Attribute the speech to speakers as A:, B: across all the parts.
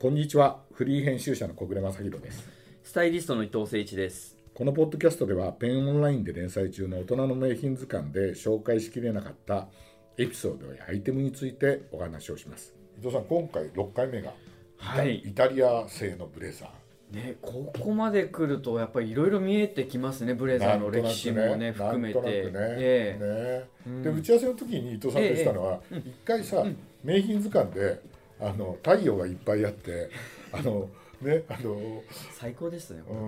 A: こんにちはフリー編集者の小暮正弘です
B: スタイリストの伊藤誠一です。
A: このポッドキャストではペンオンラインで連載中の大人の名品図鑑で紹介しきれなかったエピソードやアイテムについてお話をします伊藤さん今回6回目がイタ,、
B: はい
A: イタリア製のブレザー
B: ね、ここまで来るとやっぱりいろいろ見えてきますねブレザーの歴史もね
A: な
B: 含
A: ん
B: め
A: と
B: て
A: なくねなんとなくね
B: ええ
A: ねで打ち合わせの時に伊藤さんとしたのは一、回さ、名品図鑑であの太陽がいっぱいあってあのねあの
B: 最高ですね
A: うんあ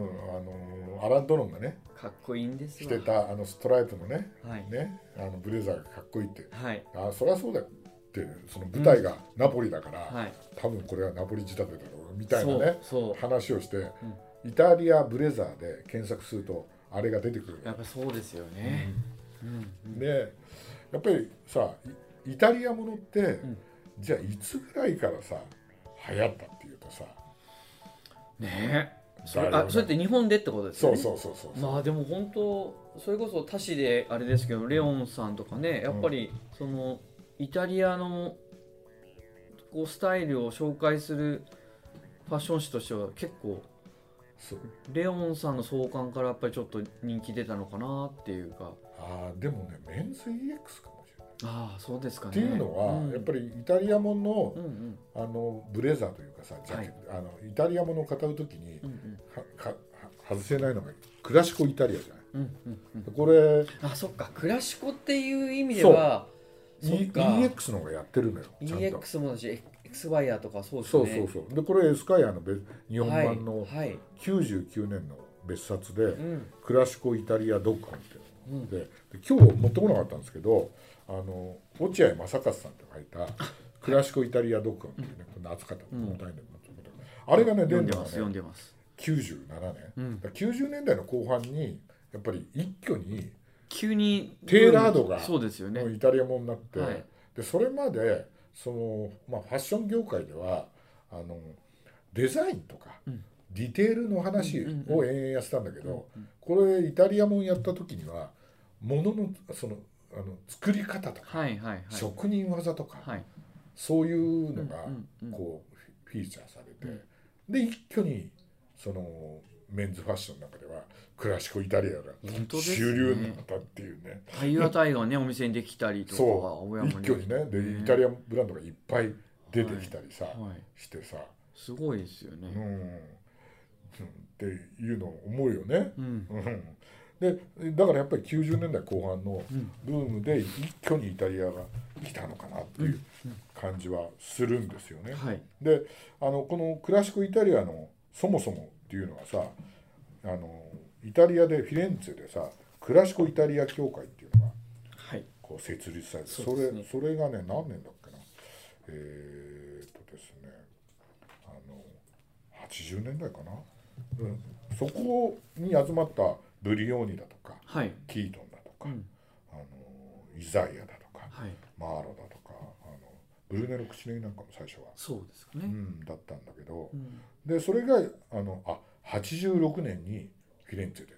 A: のアラン・ドロンがね
B: かっこいいんです
A: 着
B: わ
A: てたあのストライプのね,、
B: はい
A: ねあのブレザーがかっこいいって
B: はい
A: あそりゃそうだよってその舞台がナポリだから、
B: はい
A: 多分これはナポリ仕立てだろうみたいなね
B: そうそう
A: 話をして、イタリアブレザーで検索するとあれが出てくる
B: やっぱそうですよね、
A: でやっぱりさイイタリアものって、じゃあいつぐらいからさ流行ったっていうとさ
B: ねえそれ
A: だよ
B: あ
A: ね
B: それって日本でってことです
A: そ
B: よ
A: う
B: ね
A: そうそうそうそう、
B: まあでも本当それこそ他市であれですけどレオンさんとかねやっぱりそのイタリアのこうスタイルを紹介するファッション誌としては結構
A: そう
B: レオンさんの創刊からやっぱりちょっと人気出たのかなっていうか
A: あーでもねメンズ EX かもしれない。
B: ああそうですかね
A: っていうのは、
B: うん
A: やっぱりイタリアものの
B: うんうん
A: あのブレザーというかさジャケット、あのイタリアものを語るときに、
B: うんうん
A: はかは外せないのがクラシコイタリアじゃない
B: うんうんうん
A: これ
B: あそっかクラシコっていう意味ではそっ
A: E-
B: か
A: EX の方がやってるのよちゃんと
B: EX もだし X ワイヤーとかそうです
A: そ
B: ね
A: うそうそうでこれエスカイアの別日本
B: はい
A: 版の
B: はい
A: 99年の別冊で
B: うん
A: 「クラシコイタリアドッグン」っていうの
B: うん
A: でで今日持ってこなかったんですけどあの落合正勝さんって書いた「クラシコイタリアドッグン」っていうねこんな厚かった重たいのよあれがね出
B: 読
A: る
B: んで
A: の
B: ます
A: が
B: 読ん
A: ね
B: でます
A: 97年、
B: うん
A: だから90年代の後半にやっぱり一挙に
B: 急に
A: テーラードが
B: そうですよね
A: もうイタリアものになって、
B: はい
A: でそれまでその、まあ、ファッション業界ではあのデザインとか、
B: うん
A: ディテールの話
B: うんうん
A: を延々やってたんだけど、これイタリアもんやった時にはもののそのあの作り方とか、
B: はいはいはい
A: 職人技とか、
B: はい
A: そういうのが
B: うんうんうん
A: こうフィフィーチャーされて、で一挙にそのメンズファッションの中ではクラシコイタリアが
B: 本当ですね
A: 主流になったっていうね。
B: 太陽タイガーねお店にできたりとか
A: そう一挙にねでイタリ
B: ア
A: アブランドがいっぱい出てきたりさ、
B: はい
A: してさ、
B: すごいですよ
A: う
B: ね
A: ん、っていうのを思うよね。
B: うん
A: うんでだからやっぱり90年代後半の
B: うん
A: ブームで一挙にイタリアが来たのかなっていう感じはするんですよね。
B: はい
A: であのこのクラシックイタリアのそもそもっていうのはさあのイタリアでフィレンツェでさクラシコイタリア協会っていうのが
B: はい
A: こう設立されてそ,、
B: そうですね
A: れそれがね何年だっけなえー、っとですねあの80年代かな、うん、そこに集まったブリオーニだとか
B: はい
A: キートンだとか、
B: うん
A: あのイザヤだとか
B: はい
A: マーロだとかあのブルネの口ネギなんかも最初は、
B: そうですか
A: う
B: ね
A: ん、だったんだけど
B: うん
A: でそれがあのあ86年にフィレンツェで、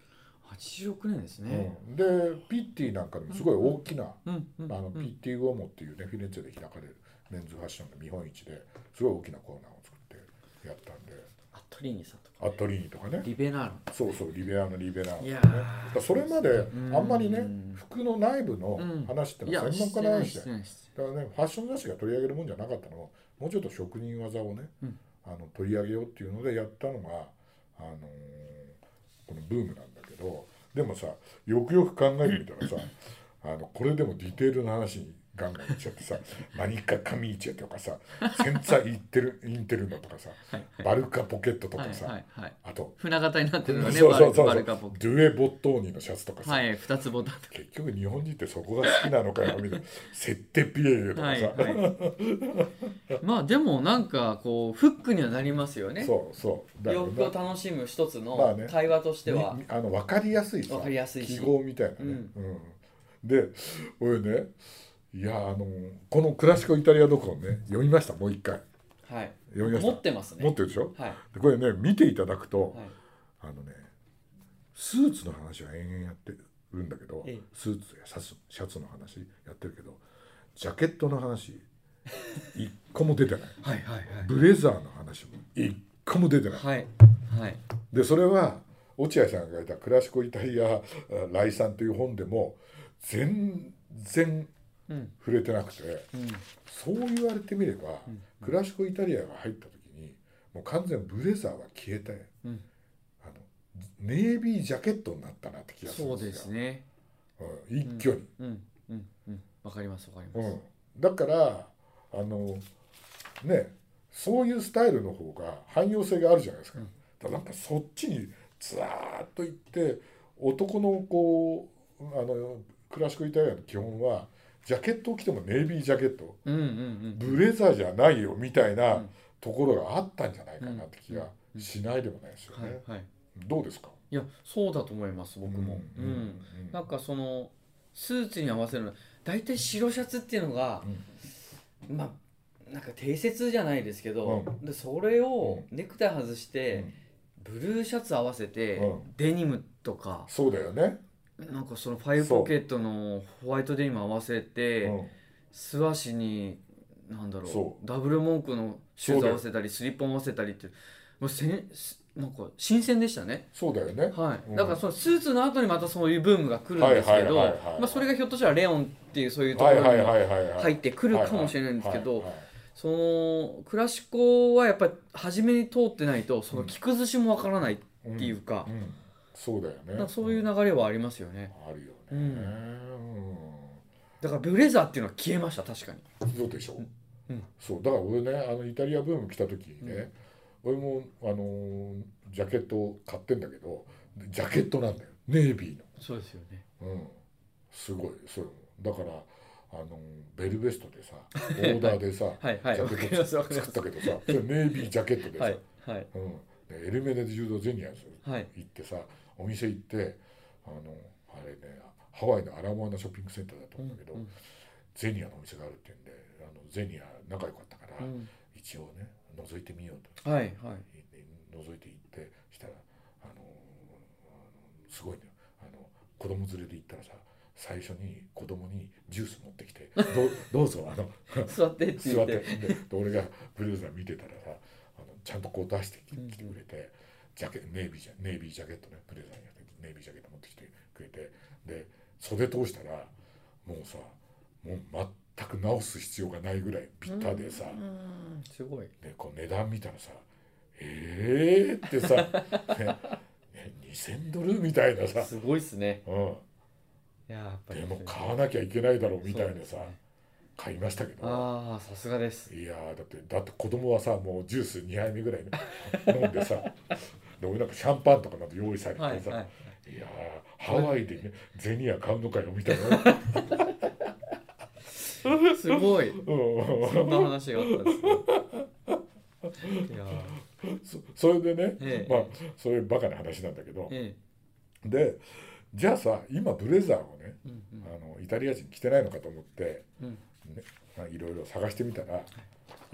B: 86年ですね
A: うん、でピッティなんかでもすごい大きな、
B: うんうん
A: あのピッティ・ゴーモっていうねフィレンツェで開かれるメンズファッションの見本市ですごい大きなコーナーを作ってやったんで
B: アットリーニさんと
A: ア
B: か
A: ットリーニとかね
B: リベナーロ
A: そうそうリベラのリベラ
B: い
A: ね
B: や
A: だ
B: ー
A: からそれまで
B: ん
A: あんまりね服の内部の
B: うん
A: 話って
B: い
A: の
B: や
A: は専門
B: して
A: 家の
B: ない
A: 話
B: し
A: で
B: てないして
A: だからねファッション雑誌が取り上げるもんじゃなかったのをもうちょっと職人技をね、
B: うん
A: あの取り上げようっていうのでやったのが、あのーこのブームなんだけどでもさよくよく考えてみたら さあのこれでもディテールの話にガンガンいっちゃって さ「マニカ・カミーチェ」とかさ「センツァ・インテルインテルノ」とかさ「バルカ・ポケット」と
B: は
A: か
B: い
A: さ、
B: はいはい
A: あと
B: 船形になってるのね
A: そうそうそう
B: バ
A: そうデ
B: ルカポケ
A: ュエ・ボットーニのシャツとかさ、
B: はい二つボタンとか
A: 結局日本人ってそこが好きなのかよみ たいな「セッテ・ピエール」とか
B: は
A: さ、
B: いは い、まあでもなんかこうフックにはなりますよね
A: そうそうだから
B: 洋服を
A: まあ
B: 楽しむ一つ
A: まあ
B: の
A: ね
B: 会話としては、
A: みあの分かりやすいさ
B: わかりやすい
A: 記
B: し
A: 号みたいなね、うんで俺ねいやあのこの「クラシコイタリアドコンね読みましたもう一回
B: はい、
A: 読みました
B: 持ってますね
A: 持ってるでしょ、
B: はい、
A: でこれね見ていただくと、
B: はい、
A: あのねスーツの話は延々やってるんだけど
B: ええ
A: スーツやシャツシャツの話やってるけどジャケットの話一個も出てない
B: はいはいはい
A: ブレザーの話も一個も出てない
B: はいはい
A: でそれは落合さんが書いた「クラシコイタリア来産」という本でも全然
B: うん
A: 触れてなくて
B: うん
A: そう言われてみれば、
B: うん
A: クラシコイタリアが入った時にもう完全にブレザーは消えて
B: うん
A: あのネイビージャケットになったなって気がする
B: そ
A: ん
B: う
A: で
B: ですす
A: よ。
B: ね
A: うん一挙に、
B: うんうんうんわかりますわかり
A: う
B: ます
A: ん、だからあのねそういうスタイルの方が汎用性があるじゃないですか。
B: うん
A: だからなんかそっちにずーっと行って男のこうあのクラシックイタリアの基本はジャケットを着てもネイビージャケット
B: うんうんうん
A: ブレザーじゃないよみたいな
B: うん
A: ところがあったんじゃないかなって気がしないでもないですよ
B: は
A: ね。
B: いはい
A: どうですか
B: いやそうだと思います僕も
A: う
B: うんんなんかそのスーツに合わせるの大体白シャツっていうのが
A: うん
B: まあなんか定説じゃないですけど、
A: う
B: でそれをネクタイ外し
A: う
B: て
A: ん、
B: ブルーシャツ合わせて、
A: うん
B: デニムとか
A: そうだよね。
B: なんかそのファイブポケットのホワイトデニム合わせて、
A: うん
B: 素足になんだろ
A: そう
B: ダブルモンクのシューズ合わせたりスリッポン合わせたりってもうせんすなんか新鮮でしたね
A: そうだよね。
B: はい、
A: うん
B: だからそのスーツの後にまたそういうブームが来るんですけど
A: はいはいはいはい
B: まあそれがひょっとしたらレオンっていうそういうとこ
A: は
B: ろ
A: い
B: に
A: はい
B: も
A: はいはいはい。
B: 入ってくるかもしれないんですけ
A: はい
B: ど
A: はいはい
B: そのクラシコはやっぱり初めに通ってないとその着崩しもわからないって
A: うん
B: いうか,、
A: うんそうだよね。
B: そういう流れはありますよね
A: あるよね。
B: う
A: うん
B: だからブレザーっていうのは消えました確かに
A: そうでしょ、
B: うん
A: そうだから俺ねあのイタリアブーム来た時にね、俺もあのージャケットを買ってんだけどジャケットなんだよネイビ
B: そうですよね
A: ーの、うん、すごいそうだからあのーベルベストでさオーダーでさ、
B: はいはい
A: ジ
B: わ
A: ャ
B: か
A: ケ
B: り
A: ット
B: ますわ
A: 作
B: かりま
A: っ
B: す
A: たけどさそれネイビージャケットでさ、
B: はいはい
A: うん、でエルメネデ・ジュード・ゼニアス
B: はい
A: 行ってさお店行ってあのあれねハワイのアラモアナショッピングセンターだと思うんだけど、
B: うんうん
A: ゼニアのお店があるって言うんであのゼニア仲良かったから、
B: うん
A: 一応ね覗いてみようと
B: はいはい
A: 覗いて行ってしたらあのあのすごいねあの子供連れで行ったらさ最初に子供にジュース持ってきて「どうどうぞあの
B: 座ってって
A: 座っ
B: 言ってて
A: でで俺がブルーザー見てたらさあのちゃんとこう出してき
B: うんうん
A: きてくれてジャケネイビージャネイビージャケットねブルーザーにやってネイビージャケット持ってきてくれてで袖通したらもうさもう全く直す必要がないぐらいピッタでさ、
B: うんすごい
A: でこう値段見たらさ「えー!」ってさ、 ねね2,000ドルみたいな さ、
B: すごいっすね
A: うん、
B: いややっぱり
A: でも買わなきゃいけないだろうみたいな
B: そ
A: さ、
B: うですね
A: 買いましたけど。
B: ああさすがです
A: いやーだってだって子供はさもうジュース2杯目ぐらいね飲んで さで俺なんかシャンパンとかなんか用意されてさ、
B: は
A: い
B: いはい
A: やーハワイでね銭は買うのかよみたい な
B: すごい
A: うん
B: そんな話があったんですね。いやー、
A: そそれでね、
B: ええ
A: まあそういうバカな話なんだけど
B: え
A: でじゃあさ今ブレザーをね
B: え、うんうん
A: あのイタリア人着てないのかと思って、
B: うん
A: ね、まあいろいろ探してみたら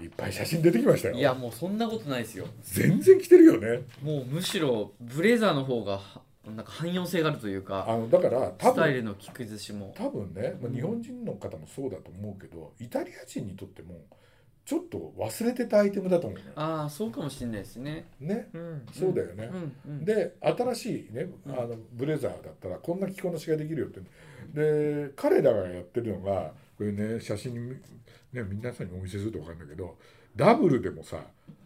A: いっぱい写真出てきましたよ
B: いやもうそんなことないですよ。
A: 全然着てるよね
B: もうむしろブレザーの方がはなんか汎用性があるというか、
A: あのだから多
B: スタ
A: 分
B: イルの着崩しも。
A: 多分ね、まあ
B: うん
A: 日本人の方もそうだと思うけど、イタリア人にとってもちょっと忘れてたアイテムだと思うのよ
B: ああそうかもしれないですね。
A: ね。
B: うん、
A: そうだよね
B: うんうん、
A: で新しいねあ
B: うん
A: のブレザーだったらこんな着こなしができるよってで彼らがやってるのがこれね写真に、ね、皆さんにお見せすると分かるんだけどダブルでもさ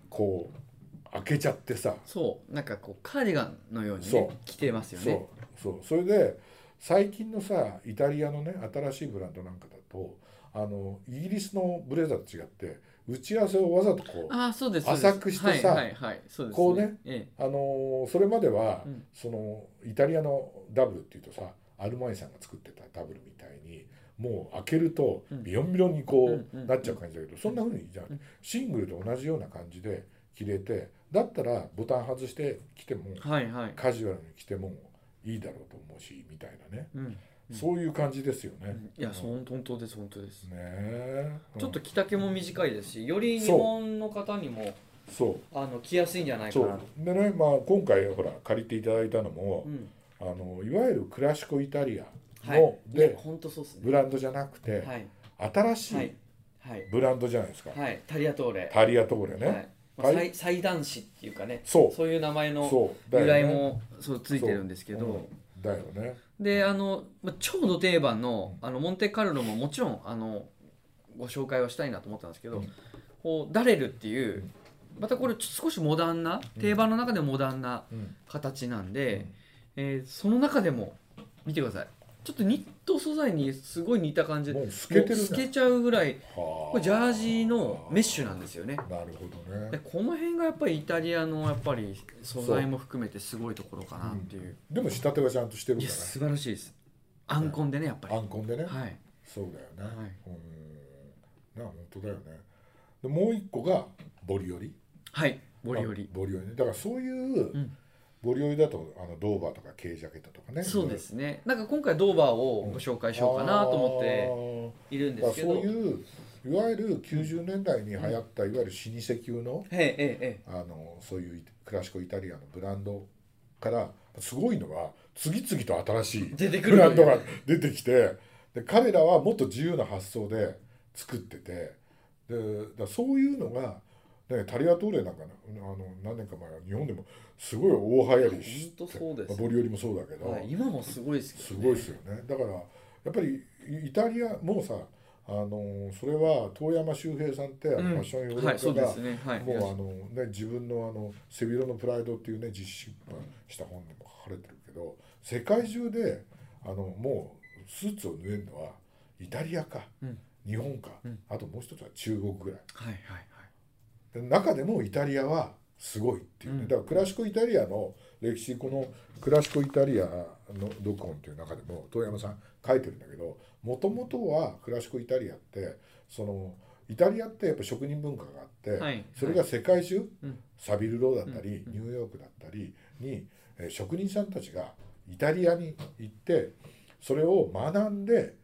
A: こう開けちゃってさ
B: そうなんかこうカーディガンのように、
A: そ
B: ね
A: う、
B: 着てますよ
A: そう
B: ね。
A: そうそれで最近のさイタリアのね新しいブランドなんかだとあのイギリスのブレザーと違って打ち合わせをわざとこう
B: ああそうですそうです。
A: 浅くしてさ
B: はいはいはいそうです、ね。
A: こうね
B: え
A: あのーそれまでは、
B: うん
A: そのイタリアのダブルっていうとさアルマイさんが作ってたダブルみたいにもう開けると
B: うん
A: ビヨンビヨンにこう、
B: うんうんうん
A: なっちゃう感じだけどそんな風にじゃ
B: うん
A: シングルと同じような感じで着れてだったらボタン外して着ても
B: え、はいはい。
A: カジュアルに着てもいいだろうと思うしみたいなね。
B: うん、うん
A: そういう感じですよ
B: う
A: ね。
B: んいやそう本当です本当です。
A: ねえ。
B: ちょっと
A: うん
B: 着丈も短いですし、より日
A: そう
B: 本の方にも
A: そ
B: あの着やすいんじゃな
A: う
B: いか
A: そ
B: な
A: う
B: と。
A: でねまあ今回ほら借りていただいたのも、
B: うん、
A: あのいわゆるクラシコイタリア
B: はい
A: の、。
B: いや
A: で
B: 本当そうです
A: ブ
B: ね。
A: ランドじゃなくて、
B: はい
A: 新しい、
B: はいははい
A: ブランドじゃないですか、
B: はいタリアトーレ
A: タリアトーレね、
B: はいまあ
A: タ
B: 祭祭壇師っていうかね
A: そう
B: そういう名前の
A: そう
B: 由
A: だ
B: 来
A: よね
B: もそうついてるんですけ
A: う
B: ど
A: んだよね
B: であのまあ超ド定番のあのモンテカルロももちろんあのご紹介はしたいなと思ったんですけ
A: う
B: ど
A: ん
B: こうダレルっていううんまたこれちょ少しモダンな定番の中でもモダンな
A: うん
B: 形なんで、えーその中でも見てくださいちょっとニット素材にすごい似た感じで
A: もう透けてるね
B: もう透けちゃうぐらい
A: こ
B: これジャージのメッシュなんですよね
A: なるほどね
B: でこの辺がやっぱりイタリアのやっぱり素材も含めてすごいところかなっていう、
A: でも仕立てはちゃんとしてる
B: い
A: か
B: や素晴らしいですアンコンでねやっぱり
A: らア
B: は
A: ンコンでね、
B: い
A: そうだよね、
B: はい
A: うんなあ本当だよねでもう一個がボリオリ
B: はいボリオリ
A: あボリオリねだからそういう、
B: うん
A: ボリオリだとあのドーバーとか K ジャケットとかね
B: そうですねなんか今回ドーバーをご紹介しようかなと思って
A: 思
B: いるんですけど
A: そういういわゆる90年代に流行った、いわゆる老舗級の
B: ええええええ
A: あのそういうクラシコイタリアのブランドからすごいのは次々と新しい
B: 出てく
A: ブ
B: る
A: ランドが出てきてで彼らはもっと自由な発想で作っててでだからそういうのが、ね、タリアトーレなんかなあの何年か前は日本でもすごい大流行りして
B: 本当そうです
A: まあボリオリもそうだけど、
B: はい、今もすごいですけ
A: す
B: ど、
A: ごいですよねだからやっぱりイイタリアもうさあのそれは遠山周平さんってあの
B: うん
A: ファッションヨーロ
B: はい、そ
A: ッ
B: う
A: パ
B: で
A: が
B: すね。はい。
A: もうあの、ね、自分のあの「背広のプライド」っていうね実施版した本にも書かれてるけど世界中であのもうスーツを縫えるのはイタリアか、
B: うん
A: 日本か、
B: うん
A: あともう一つは中国ぐらい
B: はいはいはい。
A: で中でもイタリアはすごいっていうね、
B: うん
A: だからクラシコイタリアの歴史この「クラシコイタリアのドコン」っていう中でも遠山さん書いてるんだけどもともとはクラシコイタリアってそのイタリアってやっぱ職人文化があって、
B: はい
A: それが世界中、
B: うん
A: サビルローだったり
B: うん
A: ニューヨークだったりに、えー職人さんたちがイタリアに行ってそれを学んで,、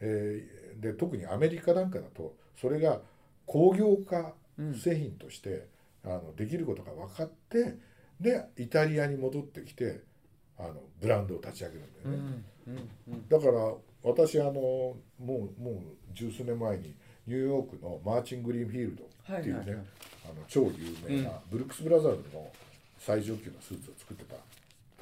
A: えーで特にアメリカなんかだとそれが工業化
B: うん
A: 製品として、あのできることが分かってでイタリアに戻ってきてあのブランドを立ち上げるんだよ
B: う
A: ね。
B: んうんうん。
A: だから私あのもうもう十数年前にニューヨークのマーチン・グリーンフィールドっていうね、
B: はいはいはい
A: あの超有名な、ブルックス・ブラザーズの最上級のスーツを作ってた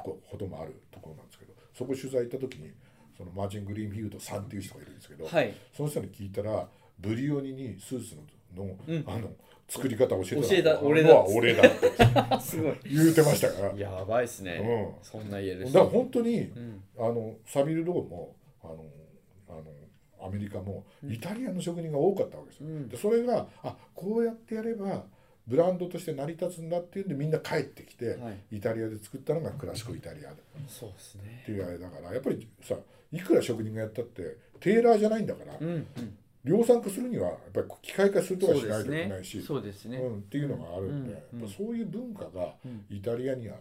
A: とここともあるところなんですけどそこ取材行った時にそのマーチン・グリーンフィールドさんっていう人がいるんですけど、
B: はい。
A: その人に聞いたらブリオニにスーツのの,、
B: うん
A: あの作り方を教えた
B: 教えた
A: のは
B: 俺だっつって
A: 俺だって
B: あ、すごい。
A: 言うてました から。
B: やばいですね。
A: うん
B: そんな家で
A: だ
B: す。
A: から本当に
B: うん。
A: あのサビル・ローもあのあのアメリカもイタリアの職人が多かったわけですよ。
B: うん
A: でそれがあこうやってやればブランドとして成り立つんだっていうんでみんな帰ってきて、
B: はい。
A: イタリアで作ったのがクラシコイタリアっ
B: そうですね。
A: ていうあれだからやっぱりさいくら職人がやったってテーラーじゃないんだから、
B: うんうん。
A: 量産化するにはやっぱり機械化するとか
B: そう
A: し
B: で
A: ない
B: す
A: といけ
B: ね
A: ないし。
B: そうですね
A: う。ん、っていうのがあるんで、
B: うん
A: やっぱそういう文化が
B: うん
A: イタリアには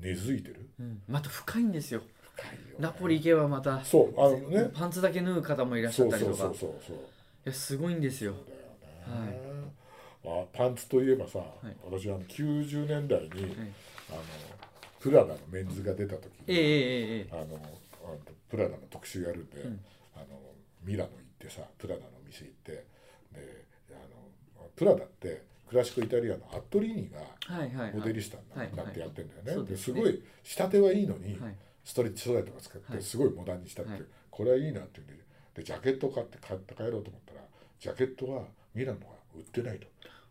A: 根付いてる
B: うん。また深いんですよ。
A: 深いよね
B: ナポリ行けばまた。
A: そうあのね
B: パンツだけ縫う方もいらっし
A: そ
B: ゃっ
A: う
B: たり
A: そ
B: と
A: うそ
B: か
A: う。そうそう
B: いや、すごいんですよ。
A: だよね、あパンツといえばさ、
B: い
A: 私あの90年代に、
B: はい
A: あのプラダのメンズが出た時
B: ええ
A: に、
B: えええ
A: あのあのプラダの特集やるんで、
B: うん
A: あのミラノ行ってさプラダのお店行ってであのプラダってクラシコイタリアのアットリーニが
B: え。はいはいはい。
A: モデリスタ
B: はい
A: になってやってんだよね,、
B: そう
A: で
B: です
A: す
B: ね
A: ごい仕立てはいいのに、
B: はい。
A: ストレッチ素材とか使っ
B: は
A: て
B: い
A: すごいモダンにしたって、
B: はい
A: これはいいなって言うんででジャケット買って買って帰ろうと思ったらジャケットはミラノが売ってない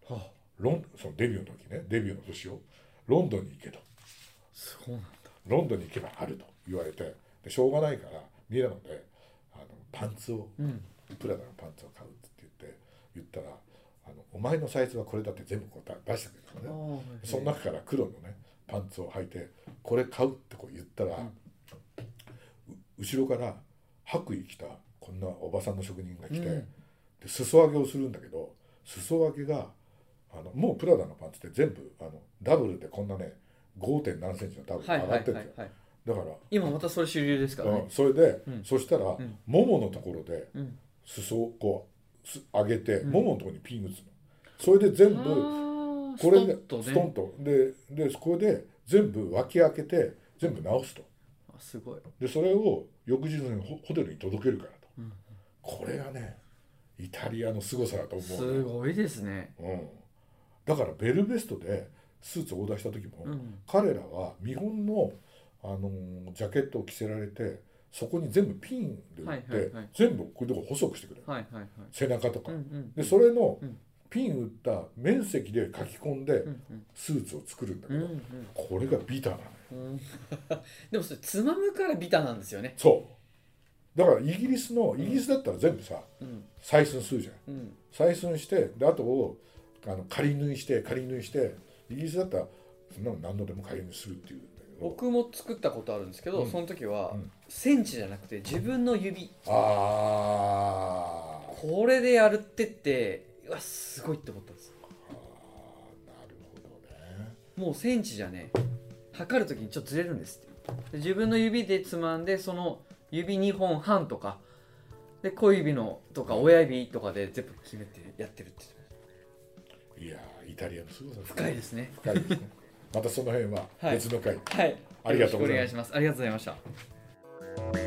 A: と
B: は
A: ロンそのデビューの時ねデビューの年をロンドンに行けと
B: あ、そうなんだ。
A: ロンドンに行けばあると言われてでしょうがないからミラノであのパンツを
B: うん。
A: プラダのパンツを買うって言って言ったらあの「お前のサイズはこれだ」って全部こう出出したけどね。その
B: な。
A: 中から黒のねパンツを履いてこれ買うってこう言ったら、う後ろから白衣着たこんなおばさんの職人が来て、
B: うん
A: で裾上げをするんだけど裾上げがあのもうプラダのパンツって全部あのダブルでこんなね 5. 何センチのダブル
B: はいは
A: 上
B: い
A: が
B: は
A: ってる
B: い
A: ん
B: は
A: です
B: い
A: よ。
B: はい。
A: だから
B: 今またそれ主流ですから
A: う
B: ね
A: ん。それで、
B: うん
A: そしたら、
B: ん
A: もものところで
B: うん。
A: 裾をこうす上げて、
B: うん
A: もものところにピン打つの。それで全部、
B: 部
A: これで
B: ストンと
A: ストン
B: ね
A: とででそこで全部脇開けて全部直すと
B: あすごい、
A: でそれを翌日にホホテルに届けるからと
B: うん
A: これがねイタリアの凄さだと思う
B: す
A: ね、
B: ごいですね。
A: うん、だからベルベストでスーツをオーダーした時も、
B: うん。
A: 彼らは見本の、あのージャケットを着せられてそこに全部ピンで打って、
B: はいはいはい
A: 全部こういうとこ細くしてくれる
B: はいはいはい。
A: 背中とか、
B: うんうん。
A: でそれの
B: うん
A: ピン打った面積で書き込んで
B: うんうん。
A: スーツを作るんだけ
B: うん
A: ど、
B: うん
A: これがビターなのよ
B: うん でもそれつまむからビタなんですよね。
A: そうだからイギリスの
B: ん
A: イギリスだったら全部さ
B: うん
A: 採寸するじゃん
B: うん
A: 採寸してであとをあの仮縫いして仮縫いしてイギリスだったらそんなの何度でも仮縫いするっていうんだけど
B: 僕も作ったことあるんですけど、
A: うん
B: その時は
A: うん
B: センチじゃなくて自分の指
A: あー
B: これでやるってってうわすごいって思ったんです
A: あーなるほどね
B: もうセンチじゃね測る時にちょっとずれるんですってで自分の指でつまんでその指2本半とかで小指のとか親指とかで全部決めてやってるって
A: いやーイタリアのすごさ
B: 深いですね
A: 深いですねまたその辺は別の回、
B: はい
A: ありがとうご
B: よ
A: ざいま
B: ろしくお願い
A: す
B: しますありがとうございました